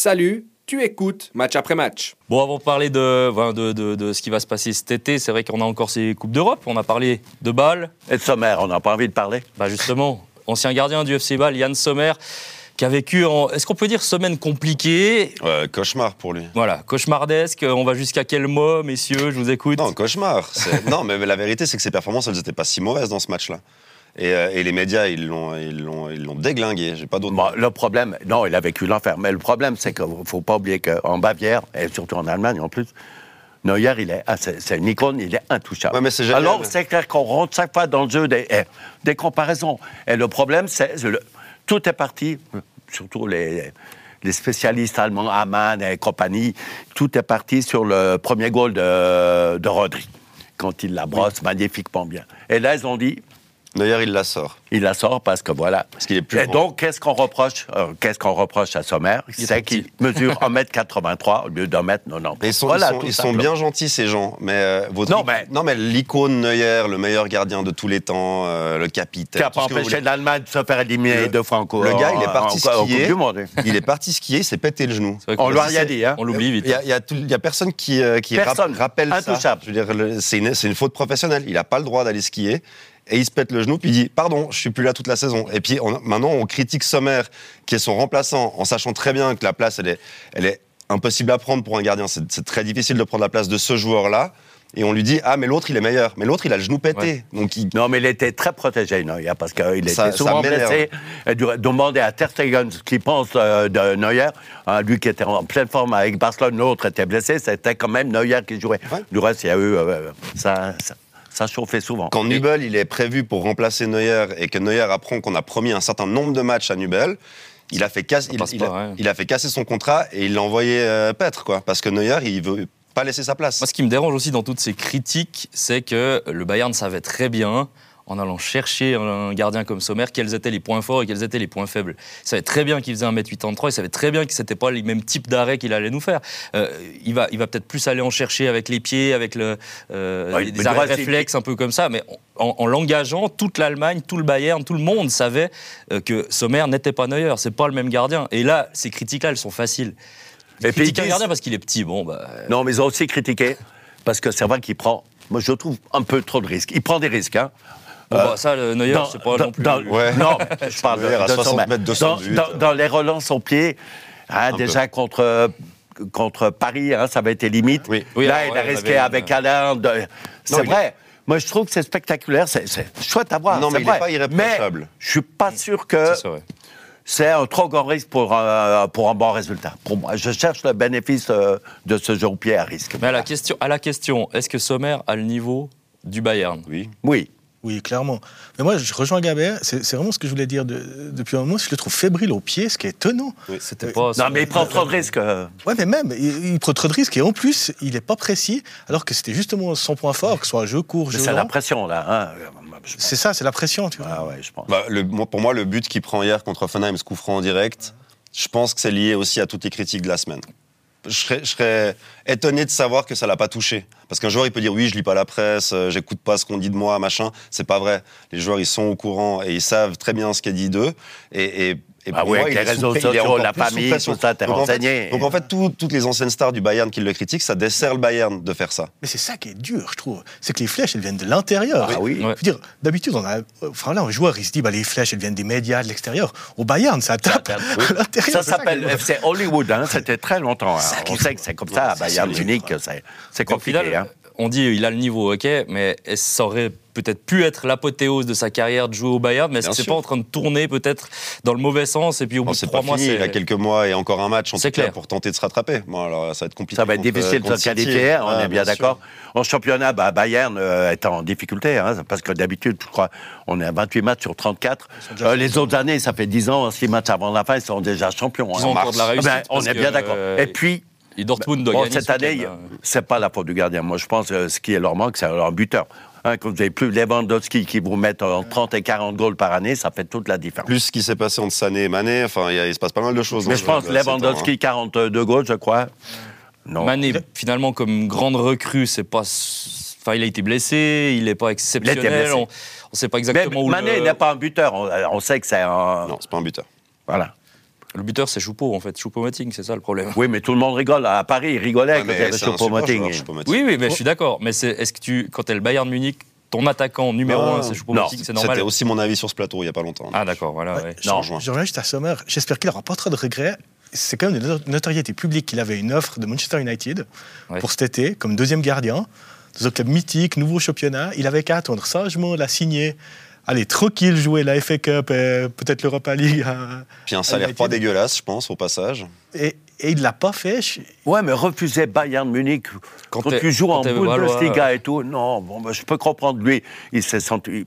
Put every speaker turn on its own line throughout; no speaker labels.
Salut, tu écoutes match après match.
Bon, avant de parler de, enfin, de, de- de ce qui va se passer cet été, c'est vrai qu'on a encore ces Coupes d'Europe. On a parlé de Bâle,
Et de Sommer, on n'a pas envie de parler.
bah justement, ancien gardien du FC Bâle, Yann Sommer, qui a vécu, en, est-ce qu'on peut dire, semaine compliquée
Ouais, Euh, cauchemar pour lui.
Voilà, cauchemardesque. On va jusqu'à quel mot, messieurs Je vous écoute.
Non, cauchemar. C'est- non, mais la vérité, c'est que ses performances, elles n'étaient pas si mauvaises dans ce match-là. Et, euh, et les médias, ils l'ont, ils l'ont, ils l'ont déglingué. J'ai pas d'autre.
Bon, le problème, non, il a vécu l'enfer, mais le problème, c'est qu'il ne faut pas oublier qu'en Bavière, et surtout en Allemagne en plus, Neuer, il est, ah, c'est c'est une icône, il est intouchable.
Ouais, mais c'est génial.
Alors, c'est clair qu'on rentre chaque fois dans le jeu des, eh, des comparaisons. Et le problème, c'est le- tout est parti, surtout les, les spécialistes allemands, Hamann et compagnie, tout est parti sur le premier goal de, de Rodri, quand il la brosse magnifiquement bien. Et là, ils ont dit,
Neuer, il la sort.
il la sort parce que voilà.
Parce qu'il est plus
Et
grand.
donc, qu'est-ce qu'on reproche, euh, qu'est-ce qu'on reproche à Sommer
est
C'est
petit.
qu'il mesure 1m83 au lieu d'1m90.
Et ils sont,
Voilà,
ils sont,
tout
ils sont
simplement.
bien gentils, ces gens. Mais, euh, votre-
Non, mais-
non, mais l'icône Neuer, le meilleur gardien de tous les temps, euh, le capitaine.
Qui n'a
tout
pas
ce que vous
empêché
voulez.
l'Allemagne de Ah, se faire éliminer
Le-
deux fois en cours.
le gars, il est parti
en, en- en Coupe
skier.
du Monde.
Il est parti skier, il s'est pété le genou.
C'est vrai qu'on
On lui a
le-
rien dit, hein.
On l'oublie vite.
Il y a, il y a tout- il y a personne qui, euh, qui rap-
Personne.
rappelle ça.
Intouchable.
Je veux dire, le- c'est une, c'est une faute professionnelle. Il n'a pas le droit d'aller skier. Et il se pète le genou, puis il dit Pardon, je suis plus là toute la saison. Et puis on- maintenant, on critique Sommer, qui est son remplaçant, en sachant très bien que la place, elle est, elle est impossible à prendre pour un gardien. C'est c'est très difficile de prendre la place de ce joueur-là. Et on lui dit Ah, mais l'autre, il est meilleur. Mais l'autre, il a le genou pété. Donc il,
Non, mais il était très protégé, Neuer, hein, parce qu'il
Ça-
était
ça
souvent
m'énerve.
blessé. Et de- Demander à Ter Stegen ce qu'il pense euh, de Neuer, hein, lui qui était en pleine forme avec Barcelone, l'autre était blessé, c'était quand même Neuer qui jouait.
Ouais.
Du reste, il y a eu... euh, ça, ça, ça chauffait souvent.
Quand Nubel il est prévu pour remplacer Neuer et que Neuer apprend qu'on a promis un certain nombre de matchs à Nubel, il a fait, casse- il,
passe
il
pas,
a,
ouais.
il a fait casser son contrat et il l'a envoyé euh, paître, quoi. Parce que Neuer, il veut pas laisser sa place.
Moi, ce qui me dérange aussi dans toutes ces critiques, c'est que le Bayern savait très bien, en allant chercher un gardien comme Sommer, quels étaient les points forts et quels étaient les points faibles. Il savait très bien qu'il faisait 1m83, il savait très bien que c'était pas les mêmes types d'arrêt qu'il allait nous faire. Euh, il va, il va peut-être plus aller en chercher avec les pieds, avec le, euh,
Ouais,
des-
mais
des arrêts
Dora, c'est-
réflexes un peu comme ça, mais en, en l'engageant, toute l'Allemagne, tout le Bayern, tout le monde savait euh, que Sommer n'était pas Neuer, c'est pas le même gardien. Et là, ces critiques-là, elles sont faciles.
Et puis,
Critiquer
ils
un
disent-
gardien parce qu'il est petit, bon, bah.
Non, mais ils ont aussi critiqué parce que c'est vrai qu'il prend, moi je trouve, un peu trop de risques. Il prend des risques, hein.
Bon,
Euh,
bah, ça, le Neuer,
Dans-
c'est pas
dans-
non plus.
dans-
Ouais.
Non, je parle de,
Neuer à
de
60
Sommer.
mètres,
dans,
208.
dans- dans les relances au pied, hein,
euh. Un
déjà contre, euh, contre Paris, hein, ça avait été limite.
Oui.
Oui,
Là,
alors,
il
ouais,
a
il
risqué
avait-
avec Alain. de- C'est
euh, il-
vrai. Moi, je trouve que c'est spectaculaire, c'est c'est chouette à voir.
Non, mais
c'est
il est
vrai.
pas irréprochable. Mm.
Mais je suis pas sûr que
C'est vrai.
c'est un trop grand risque pour, un- pour un bon résultat. Pour moi, je cherche le bénéfice euh, de ce jeu au pied à risque.
Mais à la question, à la question est-ce que Sommer a le niveau du Bayern
Oui.
Oui.
Oui, clairement. Mais moi, je rejoins Gabert. C'est c'est vraiment ce que je voulais dire de- depuis un moment. Je le trouve fébrile au pied, ce qui est étonnant.
C'était
Euh,
pas.
Non, mais il prend trop de risques. euh.
Ouais, mais même, il, il prend trop de risques et en plus, il n'est pas précis, alors que c'était justement son point fort, que ce soit un jeu court,
Mais
jeu
C'est la
lent.
pression, là. hein. Je pense.
C'est ça, c'est la pression, tu vois.
Ah ouais, je pense.
Bah, le- moi, pour moi, le but qu'il prend hier contre Offenheim, ce coup franc en direct, je pense que c'est lié aussi à toutes les critiques de la semaine. Je serais, je serais étonné de savoir que ça l'a pas touché. Parce qu'un joueur, il peut dire oui, je lis pas la presse, euh, j'écoute pas ce qu'on dit de moi, machin. C'est pas vrai. Les joueurs, ils sont au courant et ils savent très bien ce qu'est dit d'eux. Et, et, et
Bah
pour
oui,
moi,
avec
il
les
est
réseaux
sous- il est
sociaux,
encore
la
plus sous
famille,
pression.
tout ça, t'es
Donc, en fait-
renseigné.
Donc en fait, tout- toutes les anciennes stars du Bayern qui le critiquent, ça dessert le Bayern de faire ça.
Mais c'est ça qui est dur, je trouve. C'est que les flèches, elles viennent de l'intérieur.
Ah oui.
Je veux dire, d'habitude, on a. Enfin, là, un joueur, il se dit, bah, les flèches, elles viennent des médias, de l'extérieur. Au Bayern, ça tape à
Ça
l'intérieur. C'est qui est
s'appelle
drôle.
FC Hollywood, hein, c'était très longtemps. hein.
Ça qui
On
est
sait que c'est comme ça bah, à Bayern Munich, que c'est c'est
Au
compliqué.
final,
hein.
On dit il a le niveau, ok, mais est-ce que ça aurait peut-être pu être l'apothéose de sa carrière de jouer au Bayern, mais est-ce
Bien
que c'est
sûr.
pas en train de tourner peut-être dans le mauvais sens et puis au bout
Bon,
de
c'est
trois
pas
mois,
fini,
c'est
il a quelques mois et encore un match en
C'est
tout cas,
clair.
pour tenter de se rattraper. Bon, alors ça va être compliqué.
Ça va être
contre- euh,
difficile de
contre
se
City.
qualifier, hein, on
Ouais,
est bien
Ah, sûr.
d'accord. En championnat, bah, Bayern euh, est en difficulté, hein, parce que d'habitude, je crois, on est à 28 matchs sur 34. Euh, les autres années, ça fait 10 ans, 6 matchs avant la fin, ils sont déjà champions.
Ils
hein.
ont encore de la
Ah ben,
réussite.
on
parce
est bien
que,
d'accord.
euh,
Et puis,
et Dortmund doit
Ben, Bah, Bon,
gagner
cette
ce
année,
week-end, hein.
c'est pas la faute du gardien. Moi, je pense que ce qui est leur manque, c'est leur buteur. Hein, quand vous n'avez plus Lewandowski qui vous met en 30 et 40 goals par année, ça fait toute la différence.
Plus ce qui s'est passé entre Sané et Mané, enfin, il y a- il se passe pas mal de choses. hein,
Mais
dans
je
le-
pense
dans ces temps,
Lewandowski, 42 goals, je crois. Non.
euh, Mané, finalement, comme grande recrue, c'est pas. Enfin, il a été blessé, il n'est pas exceptionnel.
blessé.
On ne sait pas
Mais
exactement où
Mané
le-
n'est pas un buteur. On, on sait que c'est un.
hein. Non, c'est pas un buteur.
Voilà.
Le buteur, c'est Choupo, en fait. Choupo-Moting, c'est ça le problème.
Oui, mais tout le monde rigole. À Paris, ils rigolaient
Ah,
quand
mais
il y avait
c'est un super
Choupo-Moting.
joueur, Choupo-Moting.
Oui, oui, mais je suis d'accord. Mais c'est- est-ce que tu, quand t'es le Bayern Munich, ton attaquant numéro
Non,
un, c'est Choupo-Moting, c'est normal
C'était aussi mon avis sur ce plateau il n'y a pas longtemps. hein,
Ah, d'accord, voilà.
Ouais.
ouais.
Je te rejoins.
Je reviens juste à Sommer. J'espère qu'il n'aura pas trop de regrets. C'est quand même de not- notoriété publique qu'il avait une offre de Manchester United
Ouais.
pour cet été, comme deuxième gardien, dans un club mythique, nouveau championnat. Il avait qu'à attendre sagement, la signer, aller tranquille jouer la FA Cup, et peut-être l'Europa League. hein.
Puis un salaire pas dégueulasse, je pense, au passage.
Et, et il ne l'a pas fait. Je-
Ouais, mais refuser Bayern Munich quand,
Quand t'es-
tu joues
quand
en
t'es Valois,
Bundesliga
ouais.
et tout. Non, bon, ben, je peux comprendre lui. Il s'est senti. il-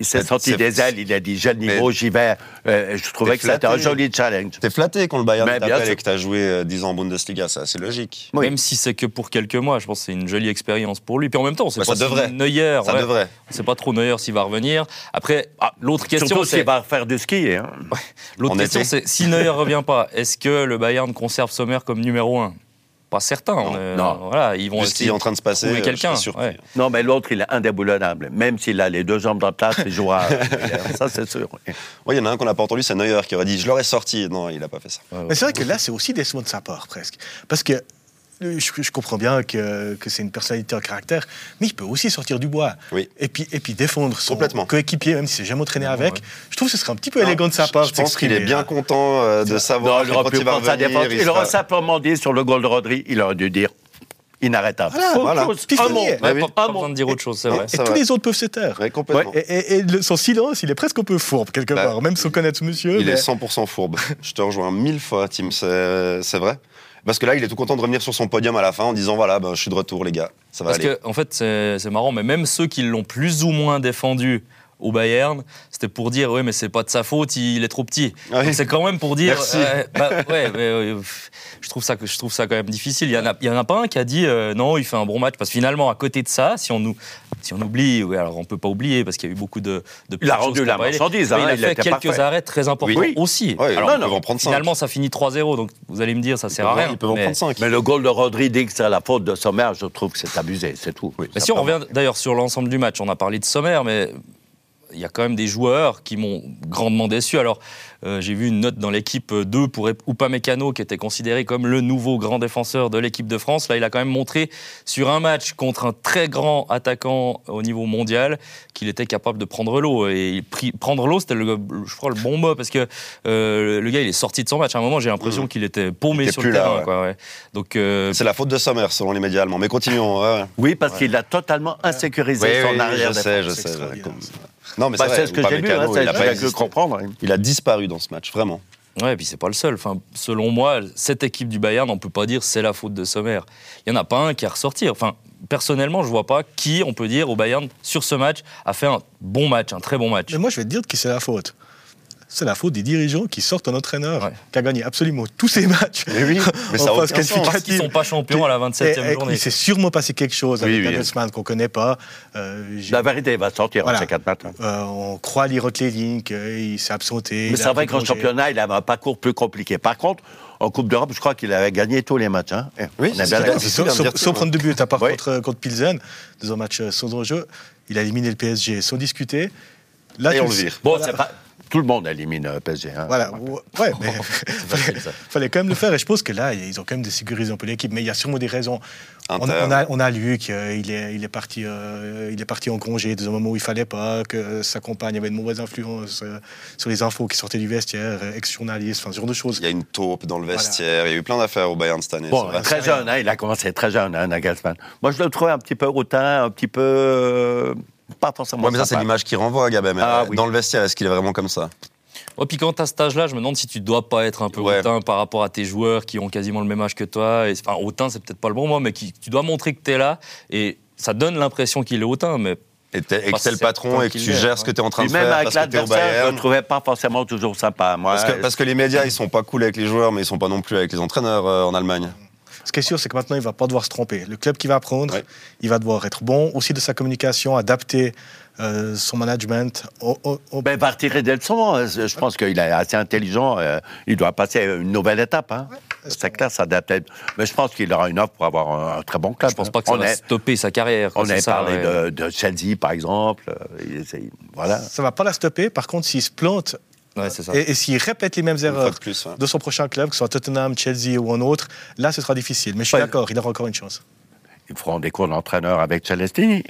Il s'est
Mais
senti
c'est-
des ailes, il a dit j'ai le niveau, j'y vais. Euh, je trouvais
T'es
que c'était un
flatté.
joli challenge.
T'es flatté quand le Bayern
Mais bien
t'appelle
sûr.
et que t'as joué euh, 10 ans en Bundesliga, ça, c'est logique.
Oui.
Même si c'est que pour quelques mois, je pense que c'est une jolie expérience pour lui. Puis en même temps, c'est
Bah,
pas
ça devrait.
si Neuer,
Ça
ouais.
devrait.
On sait pas trop Neuer s'il va revenir. Après, ah, l'autre question,
Surtout s'il
c'est
va faire du ski. hein.
l'autre
En
question,
été.
c'est si Neuer revient pas, est-ce que le Bayern conserve Sommer comme numéro un Pas certain. on est-
non.
Voilà, ils vont
Juste il est en train de se passer.
trouver
euh, je
quelqu'un,
serais surpris.
ouais.
Non, mais l'autre, il est indéboulonnable. Même s'il a les deux jambes dans la place, il jouera. euh, ça, c'est sûr.
Oui, il y en a un qu'on n'a pas entendu, c'est Neuer qui aurait dit Je l'aurais sorti. Non, il n'a pas fait ça.
Ouais, ouais.
Mais c'est vrai que là, c'est aussi décevant de sa part, presque. Parce que euh, je, je comprends bien que, que c'est une personnalité, un caractère, mais il peut aussi sortir du bois.
Oui.
Et puis, et puis défendre son
Complètement.
coéquipier, même s'il s'est jamais entraîné avec. Je trouve que ce serait un petit peu élégant de sa
Je-
part.
Je pense qu'il est
d'exprimer,
bien
là.
content euh, de
Non,
savoir
il
que quand
aurait pu
il va
prendre sa
revenir.
défense.
il
Il aurait
sera-
simplement dit sur le goal de Rodri, il aurait dû dire inarrêtable.
Voilà,
Autre
voilà.
chose,
Puis
un
fini.
mot.
Ouais,
Ouais,
Bah oui.
pas, Bah pas
Ah bon.
besoin de dire autre chose, c'est vrai.
Et
Ça
tous
va.
les autres peuvent se taire.
Ouais, complètement.
Et, et- et le- son silence, il est presque un peu fourbe, quelque
Bah,
part, même sans connaître ce monsieur.
Il
mais-
est 100% fourbe. Je te rejoins mille fois, Tim, c'est c'est vrai. Parce que là, il est tout content de revenir sur son podium à la fin en disant Voilà, ben, je suis de retour, les gars. Ça va
Parce
aller.
que, en fait, c'est c'est marrant, mais même ceux qui l'ont plus ou moins défendu au Bayern, c'était pour dire, oui, mais c'est pas de sa faute, il est trop petit.
Ah oui.
Donc C'est quand même pour dire.
Merci.
euh, bah, ouais, mais, euh, pff, je, trouve ça, que- je trouve ça quand même difficile. Il y en a, il y en a pas un qui a dit, euh, non, il fait un bon match. Parce que finalement, à côté de ça, si on nous. Si on oublie, oui, alors on peut pas oublier parce qu'il y a eu beaucoup de. de
Il a
petites choses
rendu
qu'on
la
parlait.
marchandise,
Mais
hein,
il a
il
fait
était
quelques
parfait.
arrêts très importants
Oui.
aussi.
Ouais,
alors,
alors,
non,
ils
non.
peuvent en prendre 5.
finalement, ça finit 3-0, donc vous allez me dire, ça sert à rien.
Ils peuvent en
mais-
prendre 5.
Mais le goal de Rodri dit que c'est la faute de Sommer, je trouve que c'est abusé, c'est tout.
Mais si on revient d'ailleurs sur l'ensemble du match, on a parlé de sommaire, mais il y a quand même des joueurs qui m'ont grandement déçu. Alors, euh, j'ai vu une note dans l'équipe 2 pour Upamecano, qui était considéré comme le nouveau grand défenseur de l'équipe de France. Là, il a quand même montré sur un match contre un très grand attaquant au niveau mondial qu'il était capable de prendre l'eau. Et il prit- prendre l'eau, c'était, le, je crois, le bon mot, parce que euh, le gars, il est sorti de son match. À un moment, j'ai l'impression qu'il était paumé
Mmh. Il était
sur le
plus là,
terrain.
ouais.
quoi, ouais. Donc, euh,
C'est la faute de Sommer, selon les médias allemands. Mais continuons. ouais, ouais.
Oui, parce qu'il a totalement insécurisé
Oui,
son
oui,
arrière.
je sais, je
c'est
sais. ouais,
extraordinaire,
comme- Non, mais
Bah,
vrai,
c'est ce que hein. j'ai lu,
Upamecano,
hein, c'est-
il, a
j'ai
pas
cru
existé.
comprendre.
il a disparu dans ce match, vraiment.
Ouais, et puis c'est pas le seul. Enfin, selon moi, cette équipe du Bayern, on peut pas dire c'est la faute de Sommer. Il y en a pas un qui a ressorti. Enfin, personnellement, je vois pas qui, on peut dire, au Bayern, sur ce match, a fait un bon match, un très bon match.
Mais moi, je vais te dire que c'est la faute. C'est la faute des dirigeants qui sortent un entraîneur
Ouais.
qui a gagné absolument tous ses matchs.
Mais oui, mais ça a
en phase
aucun
Parce
sens.
qu'ils
qualificative.
sont pas champions à la 27
Et-
e
et-
journée.
Eh, Il s'est sûrement passé quelque chose
Oui, Bah,
avec
oui.
Nagelsmann qu'on connaît pas. Euh, j'ai-
La vérité va sortir
Voilà.
en ces quatre
hein.
matins.
Euh, on croit lire entre les lignes qu'il s'est absenté.
Mais
eh, il a
c'est vrai qu'en
prolongé.
championnat, il avait un parcours plus compliqué. Par contre, en Coupe d'Europe, je crois qu'il avait gagné tous les matchs. hein. Eh,
Oui,
on
c'est
est bien
vrai.
d'accord.
c'est
Sauf,
bien de
sauf-
dire ça,
sauf
ouais.
un début, à part
Oui.
contre, euh, contre Pilsen, dans un match euh, sans enjeu, il a éliminé le PSG sans discuter. Là,
Et
tu
on le
sais-
vire.
Bon,
Voilà.
c'est pas... Tout le monde élimine euh, PSG. hein.
Voilà, ouais, ouais, mais fallait, fallait quand même le faire. Et je pense que là, ils ont quand même désécurisé un peu l'équipe. Mais il y a sûrement des raisons. On,
Inter.
on a, on a Luc, euh, il, est, il, est parti, euh, il est parti en congé dans un moment où il fallait pas, que euh, sa compagne avait de mauvaises influences euh, sur les infos qui sortaient du vestiaire, euh, ex-journaliste, enfin, ce genre de choses.
Il y a une taupe dans le vestiaire. Il y a eu plein d'affaires au Bayern cette année.
Bon,
c'est vrai.
très jeune, hein, il a commencé très jeune, hein, Nagelsmann. Moi, je le trouvais un petit peu hautain, un petit peu. euh, pas forcément.
Ouais, mais ça, c'est
sympa.
l'image qui renvoie, Gabem.
Ah,
Euh,
oui.
Dans le vestiaire, est-ce qu'il est vraiment comme ça
Ouais, Oh, puis quand à cet âge-là, je me demande si tu dois pas être un peu
Ouais.
hautain par rapport à tes joueurs qui ont quasiment le même âge que toi. Et, enfin, hautain, c'est peut-être pas le bon mot, mais qui, tu dois montrer que tu es là. Et ça donne l'impression qu'il est hautain, mais
Et,
Oh,
t'es- et que
Parce
t'es le
que c'est
patron
toi
et que
qui
tu
l'es,
gères ce que
ouais.
t'es en train
Puis
de
même
faire
avec
parce que t'es au
l'adversaire, je
Bayern.
le trouvais pas forcément toujours sympa. Moi,
Parce que, parce que les médias, ils sont pas cool avec les joueurs, mais ils sont pas non plus avec les entraîneurs euh, en Allemagne.
Ce qui est sûr, c'est que maintenant, il ne va pas devoir se tromper. Le club qui va prendre,
Ouais.
il va devoir être bon aussi de sa communication, adapter euh, son management Oh, au, au- au-
Ben, partir dès le son, hein, je pense qu'il est assez intelligent. euh, il doit passer à une nouvelle étape. Hein. c'est clair, ça doit être- Mais je pense qu'il aura une offre pour avoir un, un très bon club.
je pense
hein.
pas que ça
on
va
est,
stopper sa carrière. quoi,
on
c'est
a
ça,
parlé
ouais.
de, de Chelsea, par exemple. euh, et c'est- voilà.
Ça ne va pas la stopper. Par contre, s'il se plante
Ouais, c'est ça.
Et, et s'il répète les mêmes
Une fois
erreurs
de plus, ouais.
de son prochain club, que ce soit Tottenham, Chelsea ou un autre, là, ce sera difficile. Mais je suis
Ouais.
d'accord, il aura encore une chance.
Ils feront des cours d'entraîneur avec Celestini.